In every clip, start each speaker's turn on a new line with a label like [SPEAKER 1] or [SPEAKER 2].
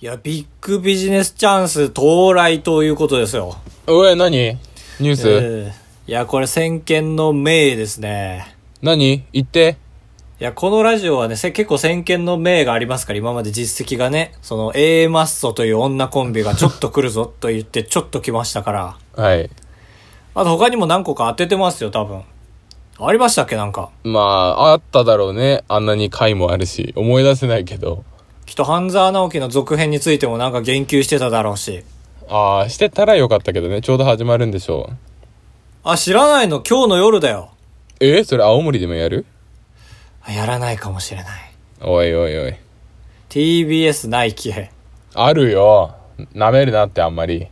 [SPEAKER 1] いや、ビッグビジネスチャンス到来ということですよ。
[SPEAKER 2] おい、何ニュース、
[SPEAKER 1] えーいや、これ先見の明ですね。
[SPEAKER 2] 何言って。
[SPEAKER 1] いや、このラジオはね、せ結構先見の明がありますから、今まで実績がね、その A マッソという女コンビがちょっと来るぞと言ってち ょっと来ましたから。
[SPEAKER 2] はい。
[SPEAKER 1] あと他にも何個か当ててますよ、多分。ありましたっけなんか。
[SPEAKER 2] まあ、あっただろうね。あんなに回もあるし。思い出せないけど。
[SPEAKER 1] きっと半沢直樹の続編についてもなんか言及してただろうし。
[SPEAKER 2] ああ、してたらよかったけどね。ちょうど始まるんでしょ
[SPEAKER 1] あ、知らないの今日の夜だよ。
[SPEAKER 2] う。えそれ青森でもやる
[SPEAKER 1] あやらないかもしれない。
[SPEAKER 2] おいおいおい。
[SPEAKER 1] TBS ないきへ。
[SPEAKER 2] あるよ。舐めるなってあんまり。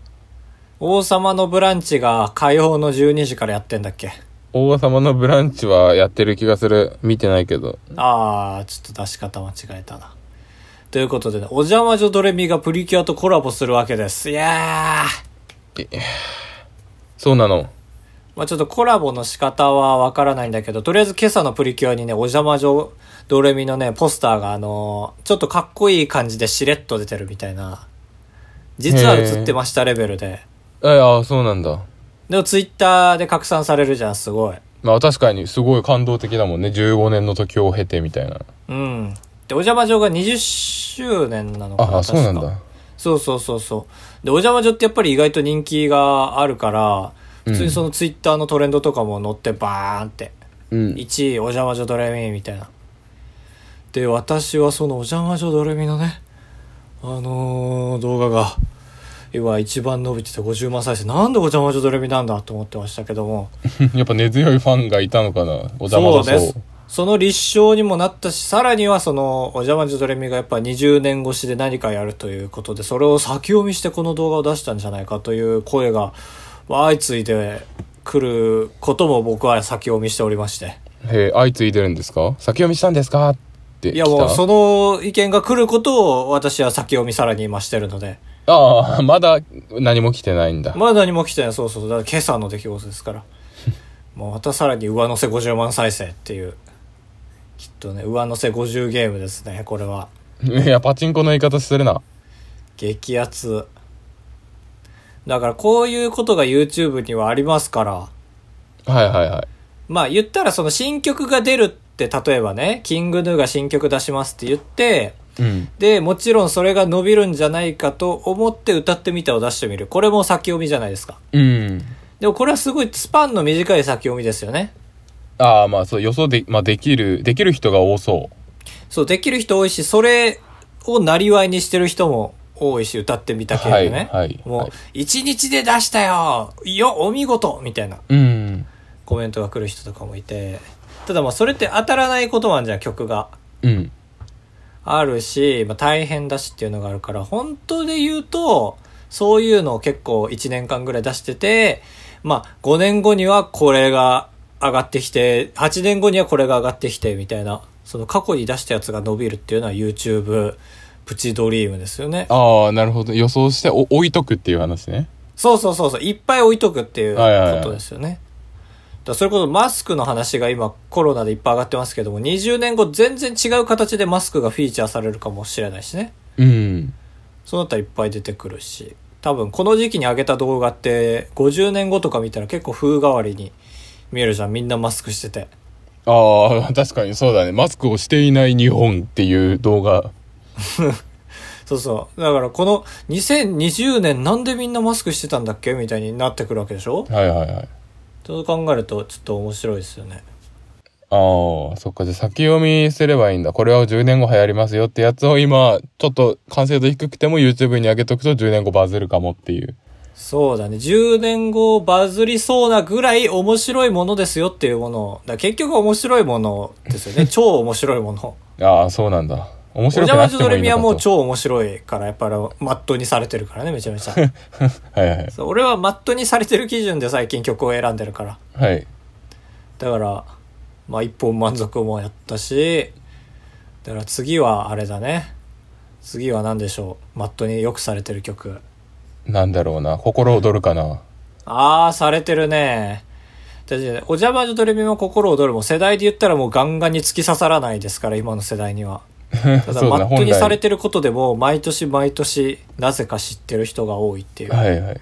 [SPEAKER 1] 王様のブランチが火曜の12時からやってんだっけ
[SPEAKER 2] 王様のブランチはやってる気がする。見てないけど。
[SPEAKER 1] あー、ちょっと出し方間違えたな。ということでね、お邪魔女ドレミがプリキュアとコラボするわけです。いやー。
[SPEAKER 2] そうなの。
[SPEAKER 1] まあちょっとコラボの仕方はわからないんだけど、とりあえず今朝のプリキュアにね、お邪魔女ドレミのね、ポスターがあのーちょっとかっこいい感じでしれっと出てるみたいな。実は映ってましたレベルで。
[SPEAKER 2] え、ああ、そうなんだ。
[SPEAKER 1] でもツイッターで拡散されるじゃん、すごい。
[SPEAKER 2] まあ確かにすごい感動的だもんね。15年の時を経てみたいな。
[SPEAKER 1] うん。で、お邪魔女が20周年なのかな
[SPEAKER 2] ああ、そうなん。
[SPEAKER 1] 確
[SPEAKER 2] だ
[SPEAKER 1] か。そうそうそうそう。で、お邪魔女ってやっぱり意外と人気があるから、普通にそのツイッターのトレンドとかも載ってバーンって。
[SPEAKER 2] うん。
[SPEAKER 1] 1位、お邪魔女ドレミみたいな。で、私はそのお邪魔女ドレミのね、あのー動画が、今一番伸びてて50万再生。なんでお邪魔女ドレミなんだと思ってましたけども。
[SPEAKER 2] やっぱ根強いファンがいたのかなお邪魔
[SPEAKER 1] そう
[SPEAKER 2] 女
[SPEAKER 1] で
[SPEAKER 2] そう
[SPEAKER 1] す。その立証にもなったし、さらにはその、お邪魔女ドレミがやっぱ20年越しで何かやるということで、それを先読みしてこの動画を出したんじゃないかという声が、まあ相次いで来ることも僕は先読みしておりまして。
[SPEAKER 2] へえ、相次いでるんですか先読みしたんですかって来た。
[SPEAKER 1] いやもうその意見が来ることを私は先読みさらに今してるので。
[SPEAKER 2] ああ、まだ何も来てないんだ。
[SPEAKER 1] まだ何も来てない。そうそうそう。だから今朝の出来事ですから。もうまたさらに上乗せ50万再生っていう。きっとね、上乗せ50ゲームですね、これは。
[SPEAKER 2] いや、パチンコの言い方するな。
[SPEAKER 1] 激アツだからこういうことが YouTube にはありますから
[SPEAKER 2] はいはいはい。
[SPEAKER 1] まあ言ったらその新曲が出るって例えばねキングヌーが新曲出しますって言って
[SPEAKER 2] うん。
[SPEAKER 1] でもちろんそれが伸びるんじゃないかと思って歌ってみたを出してみるこれも先読みじゃないですか
[SPEAKER 2] うん。
[SPEAKER 1] でもこれはすごいスパンの短い先読みですよね
[SPEAKER 2] ああ、まあそう、予想で、まあできる、できる人が多そ
[SPEAKER 1] そうできる人多いしそれをなりわいにしてる人も多いし歌ってみたけれどね、
[SPEAKER 2] はいはいは
[SPEAKER 1] も
[SPEAKER 2] いう
[SPEAKER 1] 一日で出したよよお見事みたいな
[SPEAKER 2] う。うん。
[SPEAKER 1] コメントが来る人とかもいてただまあそれって当たらないことなんじゃん曲が
[SPEAKER 2] うん。
[SPEAKER 1] あるし、まあ、大変だしっていうのがあるから本当で言うとそういうのを結構1年間ぐらい出しててまあ5年後にはこれが上がってきて8年後にはこれが上がってきてみたいなその過去に出したやつが伸びるっていうのは YouTube プチドリームですよね
[SPEAKER 2] ああ、なるほど。予想してお置いとくっていう話ね。
[SPEAKER 1] そうそうそうそう、いっぱい置いとくっていうこ
[SPEAKER 2] はいはいはい
[SPEAKER 1] とですよね。だからそれこそマスクの話が今コロナでいっぱい上がってますけども、20年後全然違う形でマスクがフィーチャーされるかもしれないしね。
[SPEAKER 2] うん。
[SPEAKER 1] そうなったらいっぱい出てくるし、多分この時期に上げた動画って50年後とか見たら結構風変わりに見えるじゃん。みんなマスクしてて。
[SPEAKER 2] ああ、確かにそうだね。マスクをしていない日本っていう動画。
[SPEAKER 1] そうそう。だからこの2020年なんでみんなマスクしてたんだっけみたいになってくるわけでしょ
[SPEAKER 2] はいはいはい。
[SPEAKER 1] そう考えるとちょっと面白いですよね。
[SPEAKER 2] ああ、そっか。じゃあ先読みすればいいんだ。これは10年後流行りますよってやつを今、ちょっと完成度低くても YouTube に上げとくと10年後バズるかもっていう。
[SPEAKER 1] そうだね。10年後バズりそうなぐらい面白いものですよっていうものを。だから結局面白いものですよ ね。超面白いもの。
[SPEAKER 2] ああ、そうなんだ。面
[SPEAKER 1] お
[SPEAKER 2] 白く
[SPEAKER 1] 邪魔
[SPEAKER 2] なく
[SPEAKER 1] 女
[SPEAKER 2] て
[SPEAKER 1] ド
[SPEAKER 2] も
[SPEAKER 1] レ
[SPEAKER 2] いい
[SPEAKER 1] ミ
[SPEAKER 2] の
[SPEAKER 1] は
[SPEAKER 2] か
[SPEAKER 1] もう
[SPEAKER 2] と。
[SPEAKER 1] 超面白いから、やっぱりマットにされてるからね、めちゃ めちゃ。
[SPEAKER 2] はいはい。
[SPEAKER 1] そう俺はマットにされてる基準で最近曲を選んでるから。
[SPEAKER 2] はい。
[SPEAKER 1] だから、まあ一本満足もやったし、だから次はあれだね。次は何でしょう。マットによくされてる曲。
[SPEAKER 2] なんだろうな。心躍るかな。
[SPEAKER 1] あー、されてるね。だってお邪魔女ドレミも心躍るも世代で言ったらもうガンガンに突き刺さらないですから、今の世代には。ただ
[SPEAKER 2] そうだ
[SPEAKER 1] マ
[SPEAKER 2] ね
[SPEAKER 1] ップ
[SPEAKER 2] 本
[SPEAKER 1] に
[SPEAKER 2] 来
[SPEAKER 1] されてることでも毎年毎年なぜか知ってる人が多いっていう、
[SPEAKER 2] はいはい。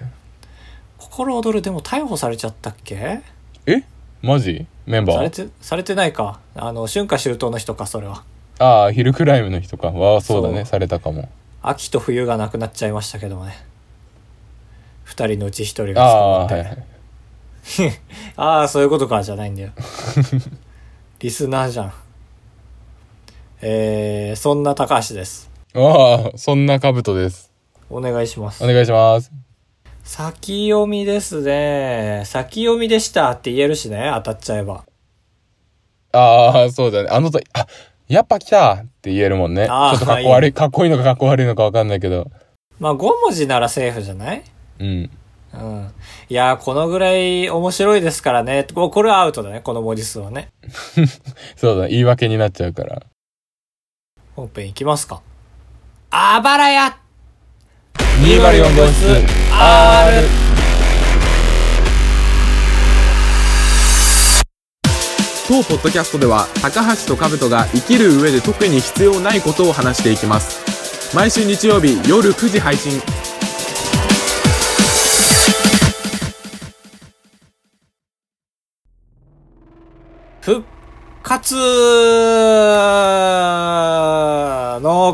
[SPEAKER 1] 心躍るでも逮捕されちゃったっけ
[SPEAKER 2] えマジメン
[SPEAKER 1] さ
[SPEAKER 2] バ
[SPEAKER 1] れ
[SPEAKER 2] ー
[SPEAKER 1] てされてないかあの春夏秋冬の人かそれは
[SPEAKER 2] ああ、ヒルクライムの人か。わあ、そうだ
[SPEAKER 1] そう
[SPEAKER 2] ね。されたかも。
[SPEAKER 1] 秋と冬がなくなっちゃいましたけどもね2人のうち1人が
[SPEAKER 2] あ
[SPEAKER 1] 捕ま
[SPEAKER 2] あ、
[SPEAKER 1] って
[SPEAKER 2] は
[SPEAKER 1] あ、
[SPEAKER 2] いはい。
[SPEAKER 1] あーそういうことかじゃないんだよリスナーじゃんえー、そんな高橋です
[SPEAKER 2] ああ、そんな兜です。
[SPEAKER 1] お願いします
[SPEAKER 2] お願いします。
[SPEAKER 1] 先読みですね。先読みでしたって言えるしね、当たっちゃえば。
[SPEAKER 2] ああ、そうだね。あのと、あ、やっぱ来たって言えるもんね。ち
[SPEAKER 1] あー
[SPEAKER 2] ょっとかっこ悪
[SPEAKER 1] いい
[SPEAKER 2] い、かっこいいのかかっこ悪いのかわかんないけど。
[SPEAKER 1] まあ5文字ならセーフじゃない
[SPEAKER 2] うん。
[SPEAKER 1] うん。いやー、このぐらい面白いですからね。ここれはアウトだね、この文字数はね。
[SPEAKER 2] そうだ、言い訳になっちゃうから。
[SPEAKER 1] 本編いきますか。あばらや
[SPEAKER 2] 204号室 R!
[SPEAKER 3] 当ポッドキャストでは高橋と兜が生きる上で特に必要ないことを話していきます毎週日曜日夜9時配信
[SPEAKER 1] 復活の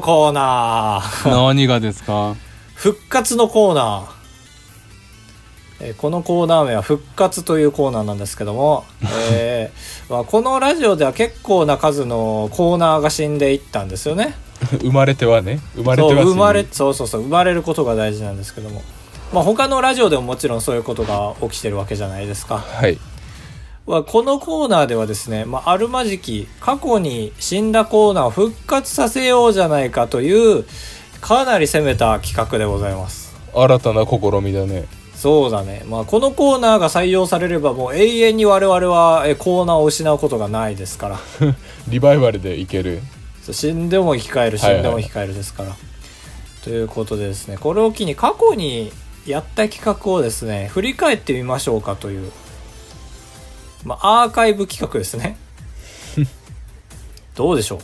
[SPEAKER 1] コーナー。
[SPEAKER 2] 何がですか
[SPEAKER 1] 復活のコーナー、えーこのコーナー名は「復活」というコーナーなんですけど も、えーまあ、このラジオでは結構な数のコーナーが死んでいったんですよね。
[SPEAKER 2] 生まれてはね。生まれて
[SPEAKER 1] そう
[SPEAKER 2] は
[SPEAKER 1] 生まれそうそうそう生まれることが大事なんですけども、まあ、他のラジオでももちろんそういうことが起きてるわけじゃないですか。
[SPEAKER 2] はい。
[SPEAKER 1] はこのコーナーではですね、まあ、あるまじき過去に死んだコーナーを復活させようじゃないかというかなり攻めた企画でございます。
[SPEAKER 2] 新たな試みだね。
[SPEAKER 1] そうだね。まあ、このコーナーが採用されれば、もう永遠に我々はえコーナーを失うことがないですから。
[SPEAKER 2] リバイバルでいける。
[SPEAKER 1] そう死んでも生き返る、死
[SPEAKER 2] はいはい
[SPEAKER 1] んでも生き返るですから。ということでですね、これを機に過去にやった企画をですね、振り返ってみましょうかという、まあ、アーカイブ企画です ね。どうでしょう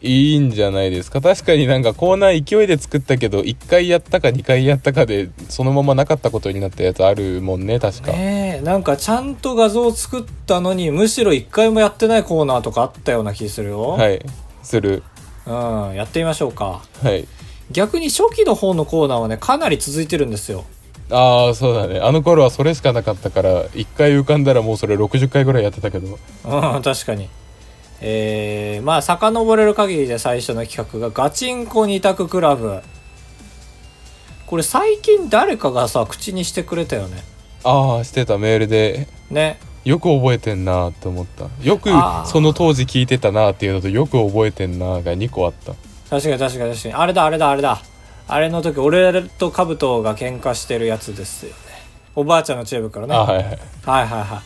[SPEAKER 2] いいんじゃないですか。確かになんかコーナー勢いで作ったけど、1回やったか2回やったかで、そのままなかったことになったやつあるもんね、確か。
[SPEAKER 1] ねえなんかちゃんと画像を作ったのに、むしろ一回もやってないコーナーとかあったような気するよ。
[SPEAKER 2] はい。する。
[SPEAKER 1] うん、やってみましょうか。
[SPEAKER 2] はい。
[SPEAKER 1] 逆に初期の方のコーナーはねかなり続いてるんですよ
[SPEAKER 2] ああ、そうだね。あの頃はそれしかなかったから、1回浮かんだらもうそれ60回ぐらいやってたけど。
[SPEAKER 1] うん確かにえー、まあ遡れる限りで最初の企画がガチンコ二択クラブこれ最近誰かがさ口にしてくれたよね
[SPEAKER 2] ああ、してたメールで、
[SPEAKER 1] ね
[SPEAKER 2] よく覚えてんなーって思った。よく
[SPEAKER 1] あー
[SPEAKER 2] その当時聞いてたなーっていうのと、よく覚えてんなーが2個あった。
[SPEAKER 1] 確かに確かに確かにあれだあれだあれだあれの時俺とカブトが喧嘩してるやつですよねおばあちゃんのチューブからね
[SPEAKER 2] あはいはい。
[SPEAKER 1] はいはいはい。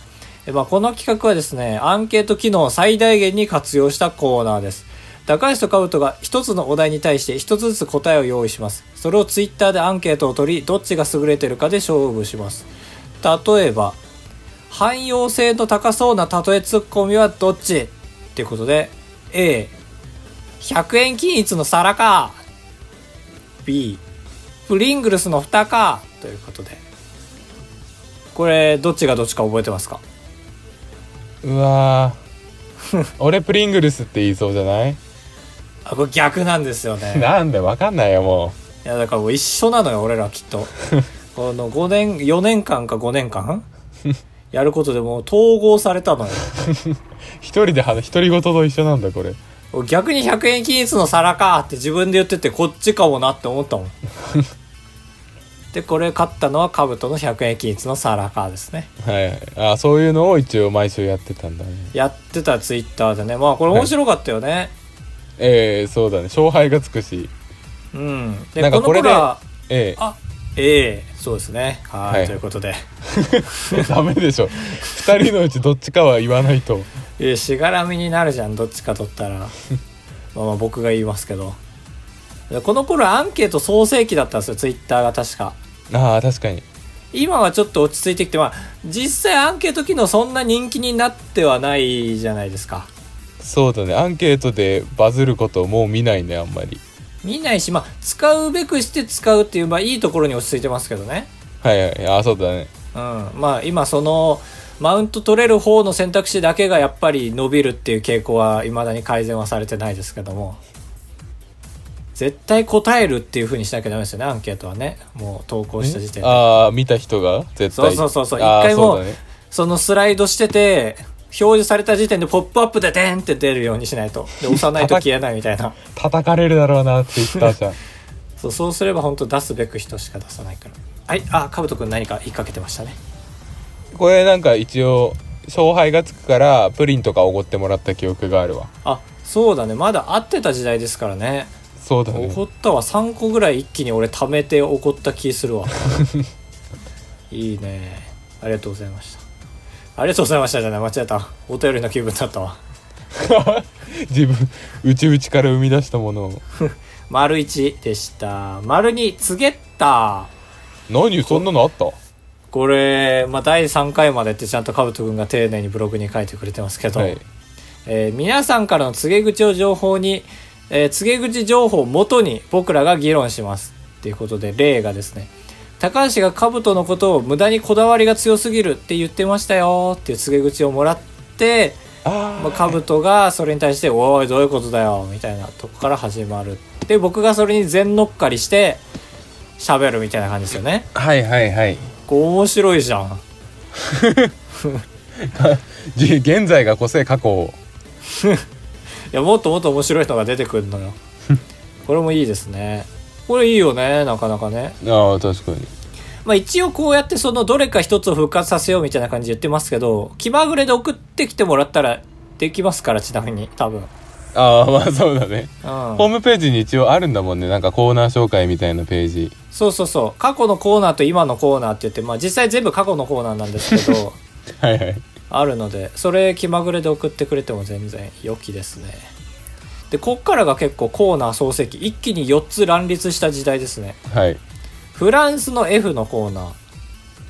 [SPEAKER 1] えまあ、この企画はですね、アンケート機能を最大限に活用したコーナーです。高橋とカブトが一つのお題に対して一つずつ答えを用意します。それをツイッターでアンケートを取り、どっちが優れてるかで勝負します。例えば、汎用性の高そうな例えツッコミはどっちっていうことで、A、100円均一の皿か B、プリングルスの蓋かということで。これ、どっちがどっちか覚えてますか
[SPEAKER 2] うわ ー俺プリングルスって言いそうじゃない
[SPEAKER 1] あこれ逆なんですよね
[SPEAKER 2] なんでわかんないよも
[SPEAKER 1] いやだからもう一緒なのよ俺らきっ とこの5年4年間か5年間やることでもう統合されたのよ
[SPEAKER 2] う一人で話独り言と一緒なんだこれ
[SPEAKER 1] 俺逆に100円均一の皿かって自分で言っててこっちかもなって思った もんでこれ勝ったのはカブトの100円均一の皿かですね
[SPEAKER 2] はいはいあそういうのを一応毎週やってたんだね
[SPEAKER 1] やってたツイッターでねまあこれ面白かったよね、
[SPEAKER 2] ええそうだね勝敗がつくし
[SPEAKER 1] うんで
[SPEAKER 2] なんかこれで
[SPEAKER 1] の頃は
[SPEAKER 2] え
[SPEAKER 1] あええそうですねはい、
[SPEAKER 2] はい
[SPEAKER 1] ということで
[SPEAKER 2] え ダメでしょ二人のうちどっちかは言わないと
[SPEAKER 1] いやしがらみになるじゃんどっちか取ったらまあまあ僕が言いますけどでこの頃アンケート創世期だったんですよツイッターが確か
[SPEAKER 2] ああ確かに
[SPEAKER 1] 今はちょっと落ち着いてきてまあ実際アンケート機能そんな人気になってはないじゃないですか
[SPEAKER 2] そうだねアンケートでバズることをもう見ないねあんまり
[SPEAKER 1] 見ないし、まあ、使うべくして使うっていう、まあ、いいところに落ち着いてますけどね。
[SPEAKER 2] はいはいあそうだね
[SPEAKER 1] うん。まあ、今、その、マウント取れる方の選択肢だけがやっぱり伸びるっていう傾向は、未だに改善はされてないですけども。絶対答えるっていう風にしなきゃダメですよね、アンケートはね。もう投稿した時点で。
[SPEAKER 2] ああ見た人が絶
[SPEAKER 1] そ
[SPEAKER 2] 対
[SPEAKER 1] うそうそうそう一
[SPEAKER 2] あー
[SPEAKER 1] 回も
[SPEAKER 2] そうだね
[SPEAKER 1] そのスライドしてて、表示された時点でポップアップでデーンって出るようにしないと。で、押さないと消えないみたいな。
[SPEAKER 2] 叩かれるだろうなって言ったじゃん
[SPEAKER 1] そうそうすれば本当出すべく人しか出さないからはいあかぶとくん何か引っ掛けてましたね
[SPEAKER 2] これなんか一応勝敗がつくからプリンとかおごってもらった記憶があるわ
[SPEAKER 1] あそうだねまだ会ってた時代ですからね
[SPEAKER 2] そうだね
[SPEAKER 1] 怒ったは3個ぐらい一気に俺貯めて怒った気する わいいねありがとうございましたありがとうございましたじゃない間違えたお便りの気分だったわ
[SPEAKER 2] 自分うちうちから生み出したものを
[SPEAKER 1] 丸1でした丸2つげった
[SPEAKER 2] 何そんなのあった
[SPEAKER 1] これ、まあ、第3回までってちゃんとかぶとくんが丁寧にブログに書いてくれてますけど、
[SPEAKER 2] はい
[SPEAKER 1] えー皆さんからの告げ口を情報に、えー告げ口情報をもとに僕らが議論しますっていうことで例がですね高橋が兜のことを無駄にこだわりが強すぎるって言ってましたよっていう告げ口をもらって、
[SPEAKER 2] あ
[SPEAKER 1] まあ、兜がそれに対して「おいどういうことだよ」みたいなとこから始まるで僕がそれに全乗っかりして喋るみたいな感じですよね
[SPEAKER 2] あはいはいはい
[SPEAKER 1] こう面白いじゃん
[SPEAKER 2] じ現在が個性過去を
[SPEAKER 1] いやもっともっと面白いのが出てくるのよこれもいいですねこれいいよねなかなかね
[SPEAKER 2] ああ確かに
[SPEAKER 1] まあ一応こうやってそのどれか一つを復活させようみたいな感じで言ってますけど気まぐれで送ってきてもらったらできますからちなみに多分
[SPEAKER 2] ああまあそうだね、ホー
[SPEAKER 1] うん、
[SPEAKER 2] ムページに一応あるんだもんねなんかコーナー紹介みたいなページ
[SPEAKER 1] そうそうそう過去のコーナーと今のコーナーって言ってまあ実際全部過去のコーナーなんですけど
[SPEAKER 2] はいはい
[SPEAKER 1] あるのでそれ気まぐれで送ってくれても全然良きですねでこっからが結構コーナー創世記一気に4つ乱立した時代ですね
[SPEAKER 2] はい
[SPEAKER 1] フランスの F のコーナ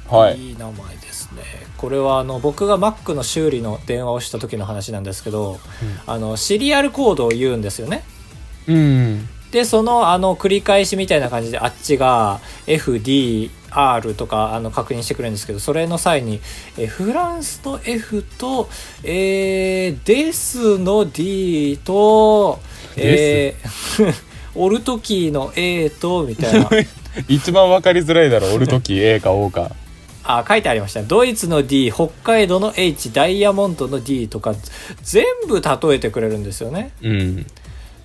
[SPEAKER 1] ー
[SPEAKER 2] はい
[SPEAKER 1] い名前ですねこれはあの僕が Mac の修理の電話をした時の話なんですけど、あのシリアルコードを言うんですよね
[SPEAKER 2] うん
[SPEAKER 1] でそのあの繰り返しみたいな感じであっちが FDR とかあの確認してくれるんですけどそれの際にえフランスの F と、えーデスの D と、えー オルトキーの A とみたいな
[SPEAKER 2] 一番わかりづらいだろ俺とき A か O か
[SPEAKER 1] あ、書いてありました。ドイツの D、北海道の H、ダイヤモンドの D とか、全部例えてくれるんですよね。
[SPEAKER 2] うん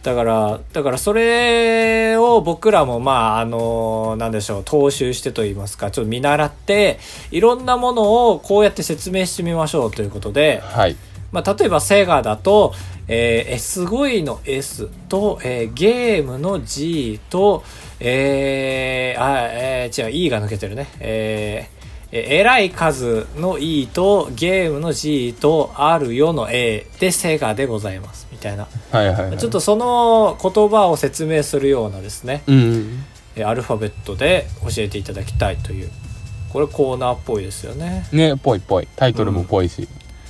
[SPEAKER 1] だから、だからそれを僕らも、まあ、あの、なんでしょう、踏襲してと言いますか、ちょっと見習って、いろんなものをこうやって説明してみましょうということで、
[SPEAKER 2] はい
[SPEAKER 1] まあ、例えばセガだと、えーえすごいの S と、えーゲームの G と、えーあ、えー違う、E が抜けてるね。えーえーえらい数の E とゲームの G と R4 の A でセガでございますみたいな
[SPEAKER 2] はいはい、はい、
[SPEAKER 1] ちょっとその言葉を説明するようなですね
[SPEAKER 2] うん
[SPEAKER 1] えーアルファベットで教えていただきたいというこれコーナーっぽいですよね
[SPEAKER 2] ねぽいぽいタイトルもぽいし、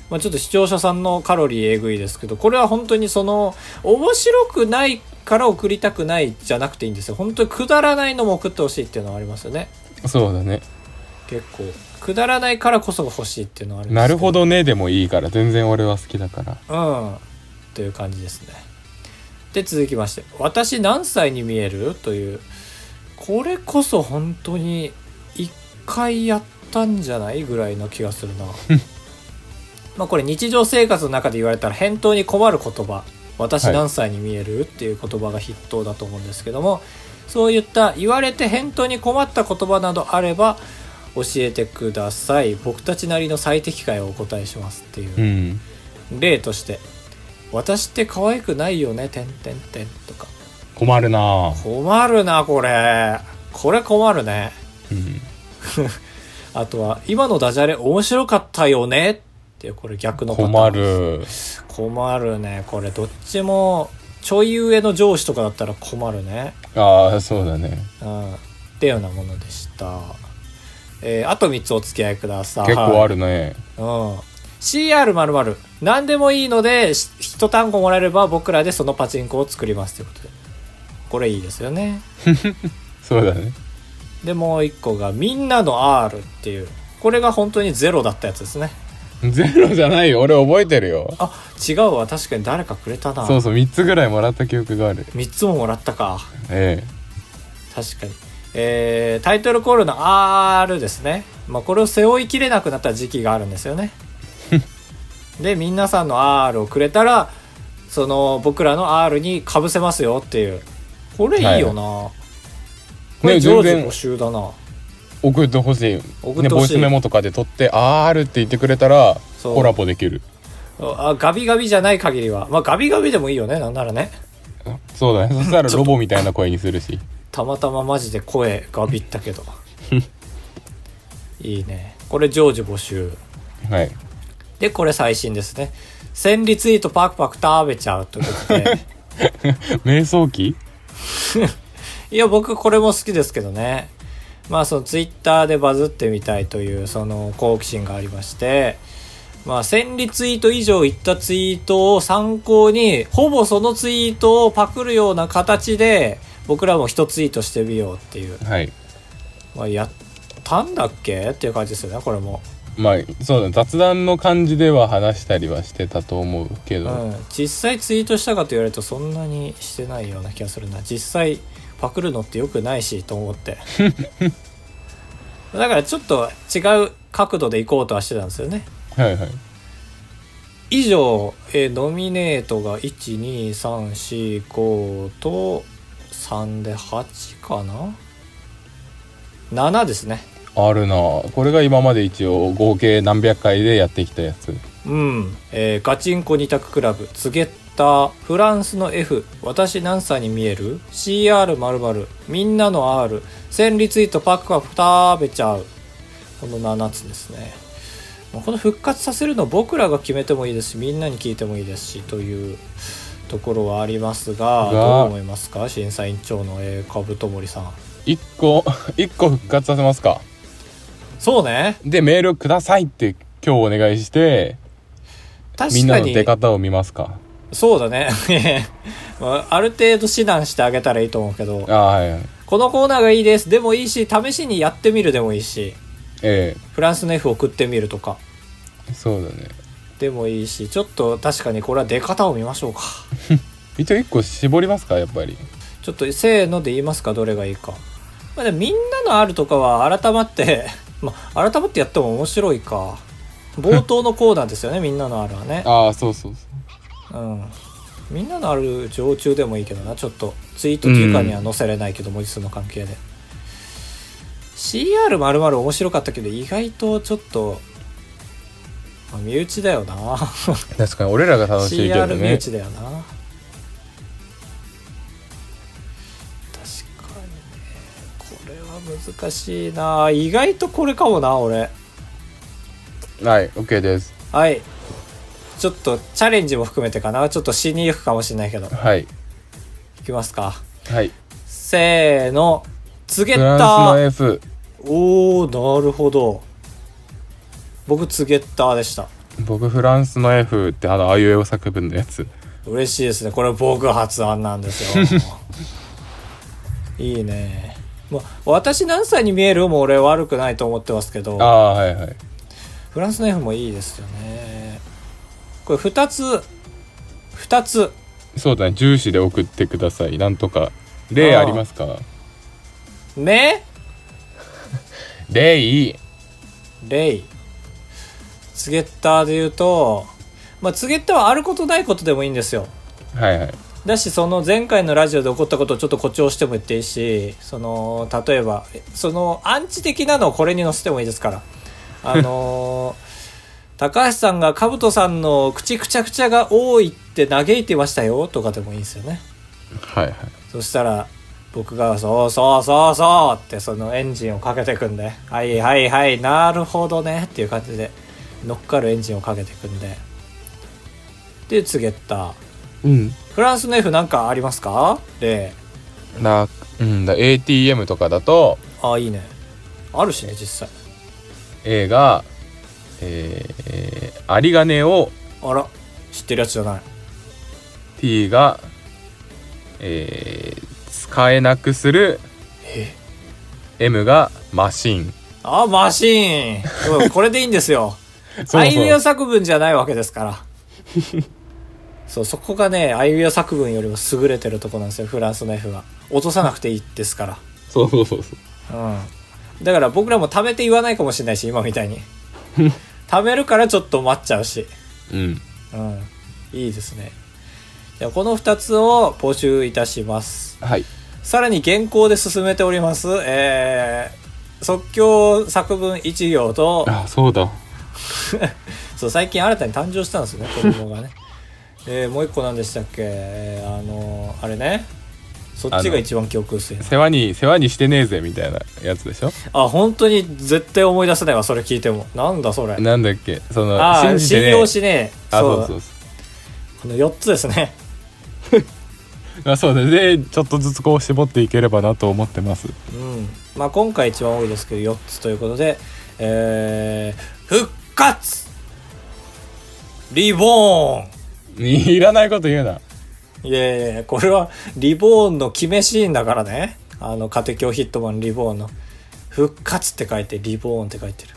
[SPEAKER 1] まあ、ちょっと視聴者さんのカロリーえぐいですけどこれは本当にその面白くないから送りたくないじゃなくていいんですよ本当にくだらないのも送ってほしいっていうのはありますよね
[SPEAKER 2] そうだね
[SPEAKER 1] 結構くだらないからこそが欲しいっていうのはあります
[SPEAKER 2] なるほ
[SPEAKER 1] ど
[SPEAKER 2] どねでもいいから全然俺は好きだから
[SPEAKER 1] うんという感じですねで続きまして「私何歳に見える?」というこれこそ本当に一回やったんじゃないぐらいの気がするなまあこれ日常生活の中で言われたら返答に困る言葉「私何歳に見える?」っていう言葉が筆頭だと思うんですけどもそういった言われて返答に困った言葉などあれば教えてください僕たちなりの最適解をお答えしますっていう
[SPEAKER 2] うん
[SPEAKER 1] 例として「私って可愛くないよね」てんてんてんとか
[SPEAKER 2] 困るなぁ
[SPEAKER 1] 困るなこれこれ困るね
[SPEAKER 2] うん
[SPEAKER 1] あとは「今のダジャレ面白かったよね」っていうこれ逆のパターン
[SPEAKER 2] 困る
[SPEAKER 1] 困るねこれどっちもちょい上の上司とかだったら困るね
[SPEAKER 2] ああそうだね
[SPEAKER 1] うんっていうようなものでしたえーあと3つお付き合いください
[SPEAKER 2] 結構あるね
[SPEAKER 1] うん CR00 何でもいいのでし一単語もらえれば僕らでそのパチンコを作りますということでこれいいですよね
[SPEAKER 2] そうだね。
[SPEAKER 1] でもう一個が「みんなの R」っていうこれが本当にゼロだったやつですね
[SPEAKER 2] ゼロじゃないよ。俺覚えてるよ。
[SPEAKER 1] あ違うわ確かに誰かくれたな
[SPEAKER 2] そうそう、3つぐらいもらった記憶がある。
[SPEAKER 1] 3つももらったか
[SPEAKER 2] え
[SPEAKER 1] 確かにえー、タイトルコールの R ですね、まあ、これを背負いきれなくなった時期があるんですよ ねでみんなさんの R をくれたらその僕らの R にかぶせますよっていうこれいいよな、
[SPEAKER 2] え。
[SPEAKER 1] これ
[SPEAKER 2] ね、
[SPEAKER 1] 上
[SPEAKER 2] 全
[SPEAKER 1] 手
[SPEAKER 2] 然
[SPEAKER 1] 募集だな
[SPEAKER 2] 送ってほしい。
[SPEAKER 1] 送って
[SPEAKER 2] ね、
[SPEAKER 1] ほ
[SPEAKER 2] ボイ
[SPEAKER 1] しい
[SPEAKER 2] スメモとかで撮って、あるって言ってくれたら、
[SPEAKER 1] そう
[SPEAKER 2] コラボできる。
[SPEAKER 1] あガビガビじゃない限りはまあガビガビでもいいよねなんならね
[SPEAKER 2] そうだね。そしたらロボみたいな声にするし。
[SPEAKER 1] たまたまマジで声ガビったけ どいいねこれ常時募集
[SPEAKER 2] はい。
[SPEAKER 1] でこれ最新ですね千里ツイートパクパク食べちゃうということで
[SPEAKER 2] 瞑想期
[SPEAKER 1] いや僕これも好きですけどねまあそのツイッターでバズってみたいというその好奇心がありましてまあ千里ツイート以上いったツイートを参考にほぼそのツイートをパクるような形で僕らも一ツイートしてみようっていう、
[SPEAKER 2] はい。
[SPEAKER 1] まあ、やったんだっけっていう感じですよねこれも
[SPEAKER 2] まあ、そうだね。雑談の感じでは話したりはしてたと思うけど。
[SPEAKER 1] うん、実際ツイートしたかと言われるとそんなにしてないような気がするな実際パクるのって良くないしと思って だからちょっと違う角度で行こうとはしてたんですよね
[SPEAKER 2] はいはい。
[SPEAKER 1] 以上、えーノミネートが12345と3で8かな7ですね
[SPEAKER 2] あるなぁこれが今まで一応合計何百回でやってきたやつ
[SPEAKER 1] うん、えーガチンコ二択クラブツゲッターフランスの F 私何歳に見える ?CR○○ みんなの R 千里ツイートパクパク食べちゃうこの7つですねまあこの復活させるの僕らが決めてもいいですしみんなに聞いてもいいですしというところはありますが
[SPEAKER 2] が
[SPEAKER 1] どう思いますか審査委員長のえー株と森さん
[SPEAKER 2] 一個 一個復活させますか
[SPEAKER 1] そうね
[SPEAKER 2] でメールくださいって今日お願いしてみ
[SPEAKER 1] 確
[SPEAKER 2] ん
[SPEAKER 1] か
[SPEAKER 2] なの
[SPEAKER 1] に
[SPEAKER 2] 出方を見ますか
[SPEAKER 1] そうだね、 まあ、ある程度指南してあげたらいいと思うけど
[SPEAKER 2] ああはいはい
[SPEAKER 1] このコーナーがいいですでもいいし試しにやってみるでもいいし
[SPEAKER 2] え
[SPEAKER 1] フランスの F 送ってみるとか
[SPEAKER 2] えそうだね
[SPEAKER 1] でもいいしちょっと確かにこれは出方を見ましょうか
[SPEAKER 2] 一応一個絞りますかやっぱり
[SPEAKER 1] ちょっとせーので言いますかどれがいいか、まあ、でもみんなのあるとかは改まって、 まあ、改まってやっても面白いか冒頭のコーナーですよねみんなのあるはね
[SPEAKER 2] ああそうそうそ
[SPEAKER 1] うんみんなのある常駐でもいいけどなちょっとツイートかには載せれないけど文字数の関係で CR○○ 面白かったけど意外とちょっと、まあ身内だよな
[SPEAKER 2] う確かに俺らが楽しいけど
[SPEAKER 1] CR 身
[SPEAKER 2] ね
[SPEAKER 1] 内だよな確かにねこれは難しいな意外とこれかもな俺
[SPEAKER 2] はい OK です
[SPEAKER 1] はいちょっとチャレンジも含めてかなちょっと死にゆくかもしれないけど
[SPEAKER 2] はい
[SPEAKER 1] いきますか
[SPEAKER 2] はい
[SPEAKER 1] せーの、ツゲッ
[SPEAKER 2] フラ
[SPEAKER 1] ター。
[SPEAKER 2] ンスの F
[SPEAKER 1] おー、なるほど。僕、ツゲッターでした。
[SPEAKER 2] 僕フランスの F ってあのあいうえお作文のやつ
[SPEAKER 1] 嬉しいですね。これ僕発案なんですよ。 いいね。まあ、私何歳に見えるも俺悪くないと思ってますけど
[SPEAKER 2] あ、あはいはい
[SPEAKER 1] フランスの F もいいですよね。これ2つ、2つ。
[SPEAKER 2] そうだね重視で送ってくださいなんとか例ありますか
[SPEAKER 1] ね
[SPEAKER 2] 例いい
[SPEAKER 1] レイツゲッターで言うと、まあ、ツゲッターはあることないことでもいいんですよ
[SPEAKER 2] はいはい
[SPEAKER 1] だしその前回のラジオで起こったことをちょっと誇張しても言っていいしその例えばそのアンチ的なのをこれに載せてもいいですからあのー 高橋さんが兜さんの口くちゃくちゃが多いって嘆いてましたよとかでもいいんですよね
[SPEAKER 2] はいはい
[SPEAKER 1] そしたら僕が「そうそうそうそう」ってそのエンジンをかけてくんで「はいはいはいなるほどね」っていう感じで乗っかるエンジンをかけてくんでで告げた
[SPEAKER 2] うん
[SPEAKER 1] フランスの F なんかありますかで
[SPEAKER 2] なうんだ ATM とかだと
[SPEAKER 1] あいいねあるしね実際
[SPEAKER 2] A がえー、ありがねを
[SPEAKER 1] あら知ってるやつじゃない
[SPEAKER 2] T が、えー、使えなくする
[SPEAKER 1] え
[SPEAKER 2] M がマシン
[SPEAKER 1] あマシーンそうこれでいいんですよ
[SPEAKER 2] そう
[SPEAKER 1] あいうえお作文じゃないわけですから そうそこがねあいうえお作文よりも優れてるとこなんですよフランスの F が落とさなくていいですか
[SPEAKER 2] そうそうそうそう
[SPEAKER 1] らうんだから僕らも貯めて言わないかもしれないし今みた いに貯めるからちょっと待っちゃうし
[SPEAKER 2] うん
[SPEAKER 1] うんいいですねじゃあこの2つを募集いたします
[SPEAKER 2] はい
[SPEAKER 1] さらに現行で進めております、えー即興作文1行と、
[SPEAKER 2] あそうだ
[SPEAKER 1] そう、最近新たに誕生したんですよね、子供 がね。えーもう一個何でしたっけ、えーあのーあれね、そっちが一番記憶薄いな
[SPEAKER 2] 世話に世話にしてねえぜみたいなやつでしょ
[SPEAKER 1] あ本当に絶対思い出せないわ、それ聞いても。なんだそれ。
[SPEAKER 2] なんだっけその
[SPEAKER 1] あー
[SPEAKER 2] 信じてね
[SPEAKER 1] 信
[SPEAKER 2] え
[SPEAKER 1] 用しねえ。
[SPEAKER 2] あ
[SPEAKER 1] そう
[SPEAKER 2] そうそう
[SPEAKER 1] この4つですね。
[SPEAKER 2] そうあそうだでちょっとずつこう絞っていければなと思ってます
[SPEAKER 1] うん。まあ今回一番多いですけど、4つということで、えー復活リボーン
[SPEAKER 2] いらないこと言うない
[SPEAKER 1] やいやいやこれはリボーンの決めシーンだからね。あの、家庭教ヒットマンリボーンの。復活って書いて、リボーンって書いてる。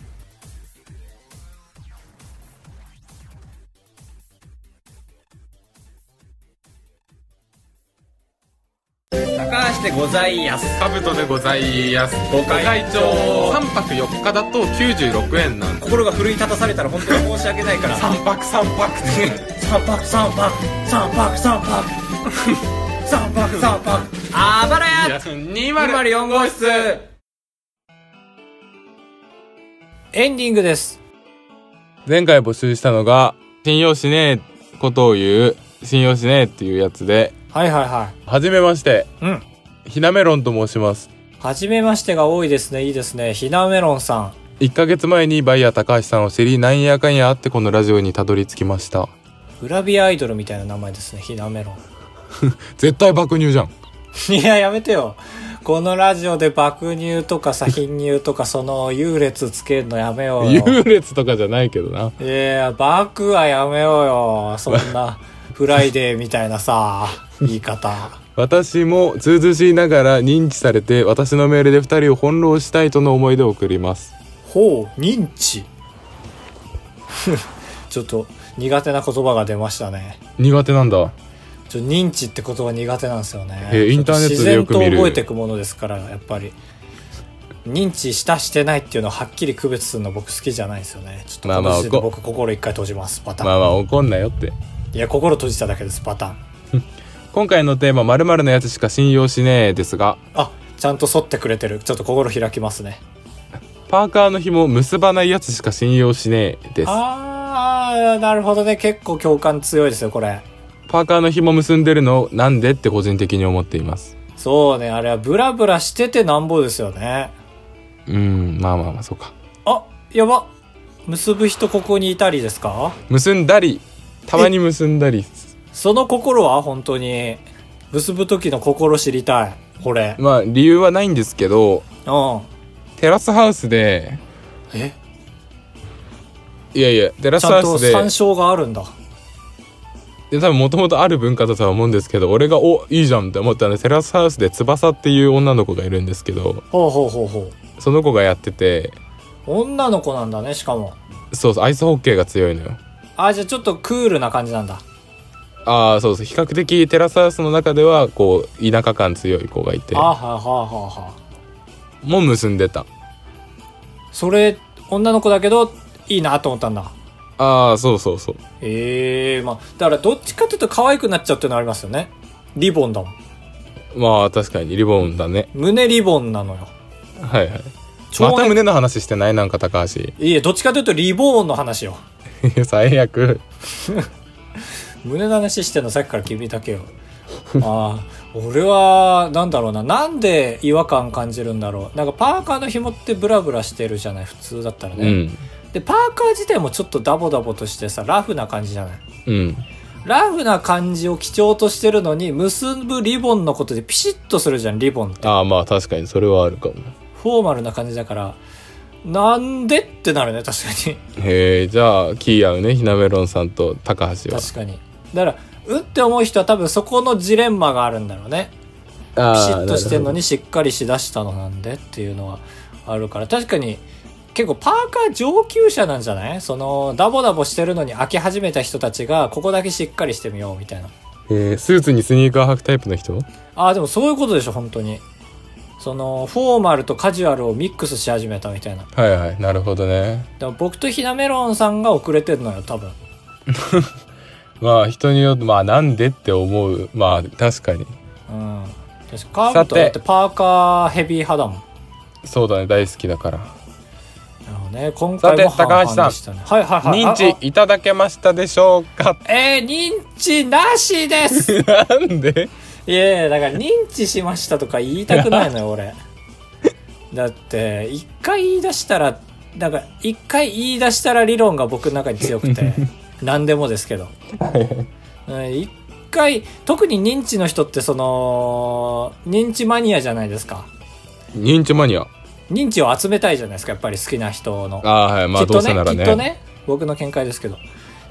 [SPEAKER 3] 高橋でございやす。かぶとでございやす。ご
[SPEAKER 1] 会長
[SPEAKER 3] 3泊4日だと96円なんで
[SPEAKER 1] 心が奮い立たされたら本当に申し訳ないから。三
[SPEAKER 3] 泊3泊
[SPEAKER 1] 泊三泊、三泊三泊。三泊三泊。
[SPEAKER 3] あばらや !204 号室
[SPEAKER 1] エンディングです。
[SPEAKER 2] 前回募集したのが信用しねえことを言う信用しねえっていうやつで
[SPEAKER 1] はいはいは
[SPEAKER 2] はじめまして
[SPEAKER 1] い。うん。
[SPEAKER 2] ひなメロンと申します
[SPEAKER 1] はじめましてが多いですね。いいですね。ひなメロンさん。
[SPEAKER 2] 1ヶ月前にバイヤー高橋さんを知りなんやかんやあってこのラジオにたどり着きました
[SPEAKER 1] グラビアアイドルみたいな名前ですね。ひなメロン。
[SPEAKER 2] 絶対爆乳じゃん
[SPEAKER 1] いや、やめてよ。このラジオで爆乳とかさ、貧乳とか、その優劣つけるのやめようよ。
[SPEAKER 2] 優劣とかじゃないけどない
[SPEAKER 1] や、爆はやめようよ。そんな、フライデーみたいなさ、言い方。
[SPEAKER 2] 私もずうずうしいながら認知されて私のメールで2人を翻弄したいとの思いで送ります
[SPEAKER 1] ほう、認知。 ちょっと、苦手な言葉が出ましたね。
[SPEAKER 2] 苦手なんだ
[SPEAKER 1] ちょ認知って言葉苦手なんですよね。
[SPEAKER 2] へえインターネットでよく見る
[SPEAKER 1] 自然と覚えていくものですから、やっぱり。認知したしてないっていうのをはっきり区別するの僕好きじゃないですよね。ちょっと
[SPEAKER 2] まあ
[SPEAKER 1] 今
[SPEAKER 2] まあ
[SPEAKER 1] 年で
[SPEAKER 2] こ
[SPEAKER 1] 僕心一回閉じます、パターン。
[SPEAKER 2] まあまあ怒んなよって
[SPEAKER 1] いや、心閉じただけです、パターン。
[SPEAKER 2] 今回のテーマ「〇〇のやつしか信用しねえ」ですが
[SPEAKER 1] あ、ちゃんと沿ってくれてる。ちょっと心開きますね。
[SPEAKER 2] パーカーの紐結ばないやつしか信用しねえです
[SPEAKER 1] あー、なるほどね。結構共感強いですよ、これ。
[SPEAKER 2] パーカーの紐結んでるのなんでって個人的に思っています
[SPEAKER 1] そうね、あれはブラブラしててなんぼですよね。
[SPEAKER 2] うんまあまあまあそうか
[SPEAKER 1] あ、やば。結ぶ人ここにいたりですか
[SPEAKER 2] 結んだりたまに結んだり
[SPEAKER 1] その心は本当に。結ぶ時の心知りたい。これ。
[SPEAKER 2] まあ理由はないんですけど
[SPEAKER 1] うん。
[SPEAKER 2] テラスハウスで
[SPEAKER 1] え
[SPEAKER 2] いやいやテラ
[SPEAKER 1] ち
[SPEAKER 2] スハ
[SPEAKER 1] ゃん
[SPEAKER 2] ウ
[SPEAKER 1] と
[SPEAKER 2] スで
[SPEAKER 1] 参照があるんだ。
[SPEAKER 2] で多分もともとある文化だとは思うんですけど俺がおいいじゃんって思ったんでテラスハウスで翼っていう女の子がいるんですけど
[SPEAKER 1] ほうほうほうほう。
[SPEAKER 2] その子がやってて
[SPEAKER 1] 女の子なんだね、しかも。
[SPEAKER 2] そうそうアイスホッケーが強いのよ
[SPEAKER 1] あ、じゃあちょっとクールな感じなんだ。
[SPEAKER 2] ああそうそう比較的テラスハウスの中ではこう田舎感強い子がいて
[SPEAKER 1] あはあはあはあはあ。
[SPEAKER 2] もう結んでた
[SPEAKER 1] それ女の子だけどいいなと思ったんだ
[SPEAKER 2] ああそうそうそう
[SPEAKER 1] ええまあだからどっちかというと可愛くなっちゃうっていうのはありますよねリボンだもん
[SPEAKER 2] まあ確かにリボンだね
[SPEAKER 1] 胸リボンなのよ
[SPEAKER 2] はいはい
[SPEAKER 1] 超
[SPEAKER 2] また胸の話してないなんか高橋 い
[SPEAKER 1] いいえどっちかというとリボーンの話よ
[SPEAKER 2] や最悪
[SPEAKER 1] 胸の話してんのさっきから君だけよ ああ俺はなんだろうななんで違和感感じるんだろうなんかパーカーの紐ってブラブラしてるじゃない普通だったら
[SPEAKER 2] う
[SPEAKER 1] ね、
[SPEAKER 2] ん
[SPEAKER 1] でパーカー自体もちょっとダボダボとしてさラフな感じじゃない
[SPEAKER 2] うん
[SPEAKER 1] ラフな感じを基調としてるのに、結ぶリボンのことでピシッとするじゃん、リボンって。
[SPEAKER 2] ああまあ確かにそれはあるかも
[SPEAKER 1] フォーマルな感じだから、なんでってなるね、確かに。
[SPEAKER 2] へえ、じゃあ、気合うね、ひなめろんさんと高橋は。
[SPEAKER 1] 確かに。だから、うんって思う人は多分そこのジレンマがあるんだろうね。ピシッとしてんのにしっかりしだしたのなんでっていうのはあるから、確かに結構パーカー上級者なんじゃないその、ダボダボしてるのに飽き始めた人たちが、ここだけしっかりしてみようみたいな。
[SPEAKER 2] えースーツにスニーカー履くタイプの人
[SPEAKER 1] ああ、でもそういうことでしょ、本当に。その、フォーマルとカジュアルをミックスし始めたみたいな。
[SPEAKER 2] はいはい、なるほどね。
[SPEAKER 1] でも僕とひなメロンさんが遅れてるのよ、多分。
[SPEAKER 2] まあ、人によって、まあ、なんでって思う。まあ、確かに。
[SPEAKER 1] うん。確かカーブとだってパーカーヘビー派だもん。
[SPEAKER 2] そうだね、大好きだから。
[SPEAKER 1] なるほどね。今回も
[SPEAKER 2] さて
[SPEAKER 1] 半々
[SPEAKER 2] 高橋さん
[SPEAKER 1] でしたね。はいはいはい。
[SPEAKER 2] 認知
[SPEAKER 1] あ
[SPEAKER 2] いただけましたでしょう か
[SPEAKER 1] あえー、認知なしですい
[SPEAKER 2] なんで
[SPEAKER 1] やいや、だから認知しましたとか言いたくないのよ、俺。だって、一回言い出したら、なんか、一回言い出したら理論が僕の中に強くて、何でもですけど。うん一回、特に認知の人って、その、認知マニアじゃないですか。
[SPEAKER 2] 認知マニア。
[SPEAKER 1] 認知を集めたいじゃないですか、やっぱり好きな人の。
[SPEAKER 2] ああー、はい。まあ、どうせなら
[SPEAKER 1] きっ
[SPEAKER 2] ね。
[SPEAKER 1] とね僕の見解ですけどっ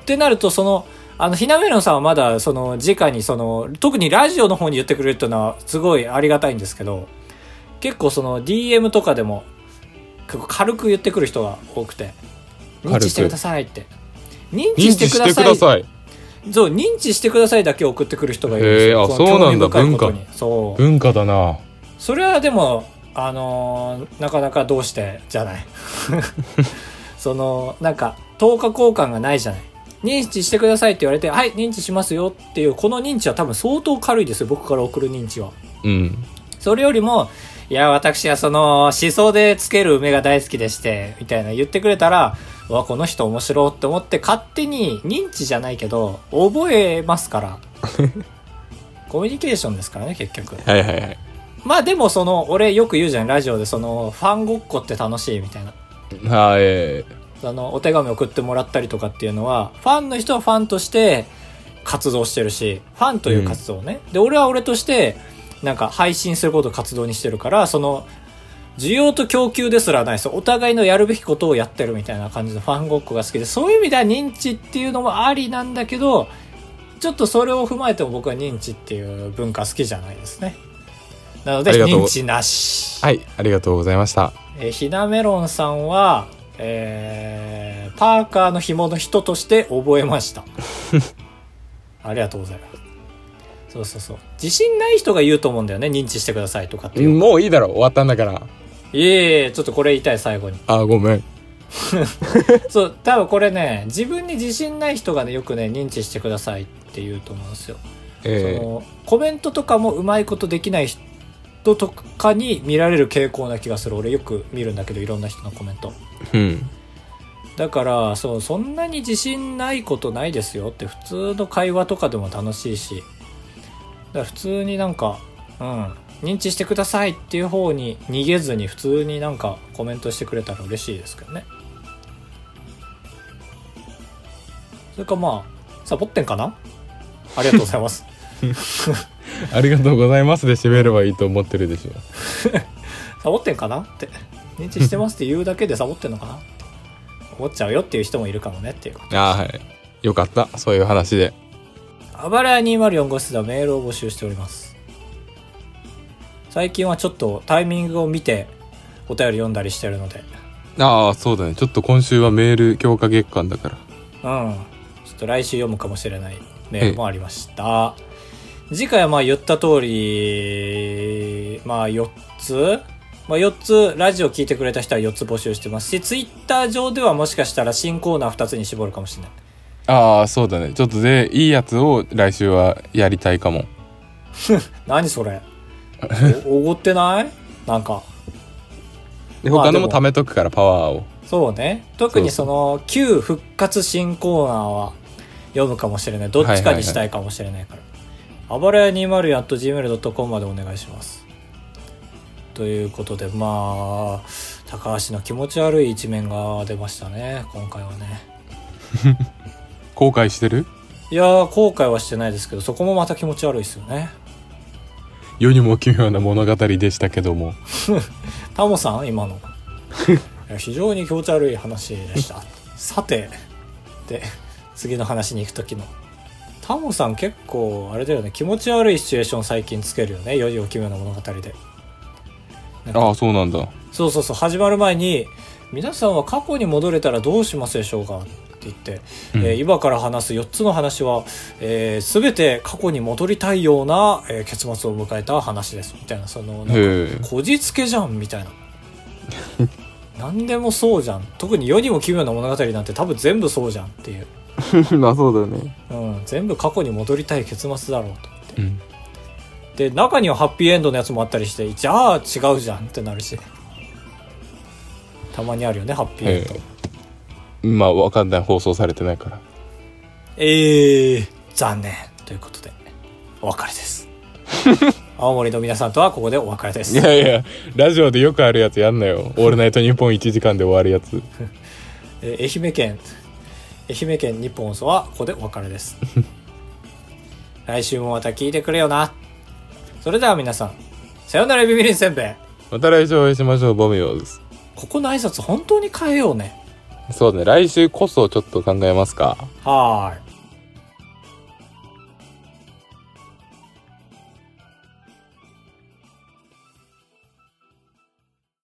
[SPEAKER 1] てなるとそのあのひなめろんさんはまだその直にその特にラジオの方に言ってくれるっていうのはすごいありがたいんですけど結構その DM とかでも結構軽く言ってくる人が多くて「
[SPEAKER 2] 軽く
[SPEAKER 1] 認知してください」って「認
[SPEAKER 2] 認
[SPEAKER 1] 知し
[SPEAKER 2] 知
[SPEAKER 1] てく
[SPEAKER 2] し
[SPEAKER 1] だ
[SPEAKER 2] て
[SPEAKER 1] さい
[SPEAKER 2] くだ」さい。
[SPEAKER 1] そう認知してくださいだけ送ってくる人がいるんです
[SPEAKER 2] へ
[SPEAKER 1] よ
[SPEAKER 2] えあ
[SPEAKER 1] の
[SPEAKER 2] そうなんだ
[SPEAKER 1] 興味深いことにそう
[SPEAKER 2] 文化だな。
[SPEAKER 1] それはでもあのーなかなかどうしてじゃないそのなんか等価交換がないじゃない認知してくださいって言われて「はい認知しますよ」っていうこの認知は多分相当軽いですよ僕から送る認知は
[SPEAKER 2] うん。
[SPEAKER 1] それよりも「いや私はその思想でつける梅が大好きでして」みたいな言ってくれたら「うわこの人面白」って思って勝手に認知じゃないけど覚えますからコミュニケーションですからね結局
[SPEAKER 2] はいはいはい。
[SPEAKER 1] まあでもその俺よく言うじゃんラジオでそのファンごっこって楽しいみたいな
[SPEAKER 2] はい、え
[SPEAKER 1] そのお手紙送ってもらったりとかっていうのはファンの人はファンとして活動してるしファンという活動をね、で俺は俺としてなんか配信することを活動にしてるからその需要と供給ですらないですお互いのやるべきことをやってるみたいな感じのファンごっこが好きでそういう意味では認知っていうのもありなんだけどちょっとそれを踏まえても僕は認知っていう文化好きじゃないですねなので
[SPEAKER 2] ありがとう
[SPEAKER 1] 認知なし
[SPEAKER 2] ーはい、ありがとうございました。
[SPEAKER 1] えーひなメロンさんは、えーパーカーの紐の人として覚えましたありがとうございますそうそうそう自信ない人が言うと思うんだよね認知してくださいとかっていう、い
[SPEAKER 2] もういいだろ、終わったんだから。
[SPEAKER 1] えいえちょっとこれ言いたい最後に
[SPEAKER 2] あー、ごめん。
[SPEAKER 1] そう多分これね自分に自信ない人がねよくね認知してくださいって言うと思うんですよ
[SPEAKER 2] え
[SPEAKER 1] そのコメントとかもうまいことできない人とかに見られる傾向な気がする俺よく見るんだけどいろんな人のコメント
[SPEAKER 2] ー、うん。
[SPEAKER 1] だからそうそんなに自信ないことないですよって普通の会話とかでも楽しいしだから普通になんかうん認知してくださいっていう方に逃げずに普通になんかコメントしてくれたら嬉しいですけどねそれかまあサボってんかなありがとうございます
[SPEAKER 2] ありがとうございますで締めればいいと思ってるでしょ。
[SPEAKER 1] サボってんかなって認知してますって言うだけでサボってんのかなって思っちゃうよっていう人もいるかもねっていう
[SPEAKER 2] あー、はい。よかった、そういう話で。
[SPEAKER 1] あばらや204号室ではメールを募集しております。最近はちょっとタイミングを見てお便り読んだりしてるので、
[SPEAKER 2] ああ、そうだね。ちょっと今週はメール強化月間だから。
[SPEAKER 1] うん。ちょっと来週読むかもしれないメールもありました。次回はまあ言った通り、まあ4つまあ4つ、ラジオ聞いてくれた人は4つ募集してますし、ツイッター上ではもしかしたら新コーナー2つに絞るかもしれない。
[SPEAKER 2] ああ、そうだね。ちょっとで、いいやつを来週はやりたいかも。
[SPEAKER 1] 何それおおごってないなんか。
[SPEAKER 2] で、
[SPEAKER 1] まあ
[SPEAKER 2] 他の
[SPEAKER 1] で
[SPEAKER 2] も
[SPEAKER 1] も
[SPEAKER 2] 貯めとくから、パワーを。
[SPEAKER 1] そうね。特にその、旧復活新コーナーは読むかもしれない。どっちかにしたいかもしれないから。あばらや 204.gmail.com までお願いします。ということで、まあ、高橋の気持ち悪い一面が出ましたね、今回はね。
[SPEAKER 2] 後悔してる
[SPEAKER 1] いやー、後悔はしてないですけど、そこもまた気持ち悪いですよね。
[SPEAKER 2] 世にも奇妙な物語でしたけども。
[SPEAKER 1] タモさん今の。いや非常に気持ち悪い話でしたさてで次の話に行く時のタモさん結構あれだよね気持ち悪いシチュエーション最近つけるよねよりお奇妙な物語で
[SPEAKER 2] ああ、そうなんだ。
[SPEAKER 1] そうそうそう始まる前に「皆さんは過去に戻れたらどうしますでしょうか?」って言って、
[SPEAKER 2] うん
[SPEAKER 1] えー今から話す4つの話は、えー全て過去に戻りたいような、えー結末を迎えた話ですみたいなそのなんか
[SPEAKER 2] へえ。
[SPEAKER 1] こじつけじゃんみたいな何でもそうじゃん特に世にも奇妙な物語なんて多分全部そうじゃんっていう、
[SPEAKER 2] まあそうだね。
[SPEAKER 1] うん、全部過去に戻りたい結末だろうと思って
[SPEAKER 2] うん。
[SPEAKER 1] で中にはハッピーエンドのやつもあったりしてじゃあ違うじゃんってなるしたまにあるよねハッピーエン
[SPEAKER 2] へえ。まあわかんない。放送されてないから。
[SPEAKER 1] ドえー、残念ということでお別れです 青森の皆さんとはここでお別れです
[SPEAKER 2] いやいや、ラジオでよくあるやつやんなよ。オールナイトニッポン1時間で終わるやつ。
[SPEAKER 1] えー愛媛県愛媛県日本放送はここでお別れです来週もまた聞いてくれよなそれでは皆さんさよならビビリンせんべい
[SPEAKER 2] また来週お会いしましょう。ボミオです。
[SPEAKER 1] ここの挨拶本当に変えようね
[SPEAKER 2] そうね。来週こそちょっと考えますか。
[SPEAKER 1] はーい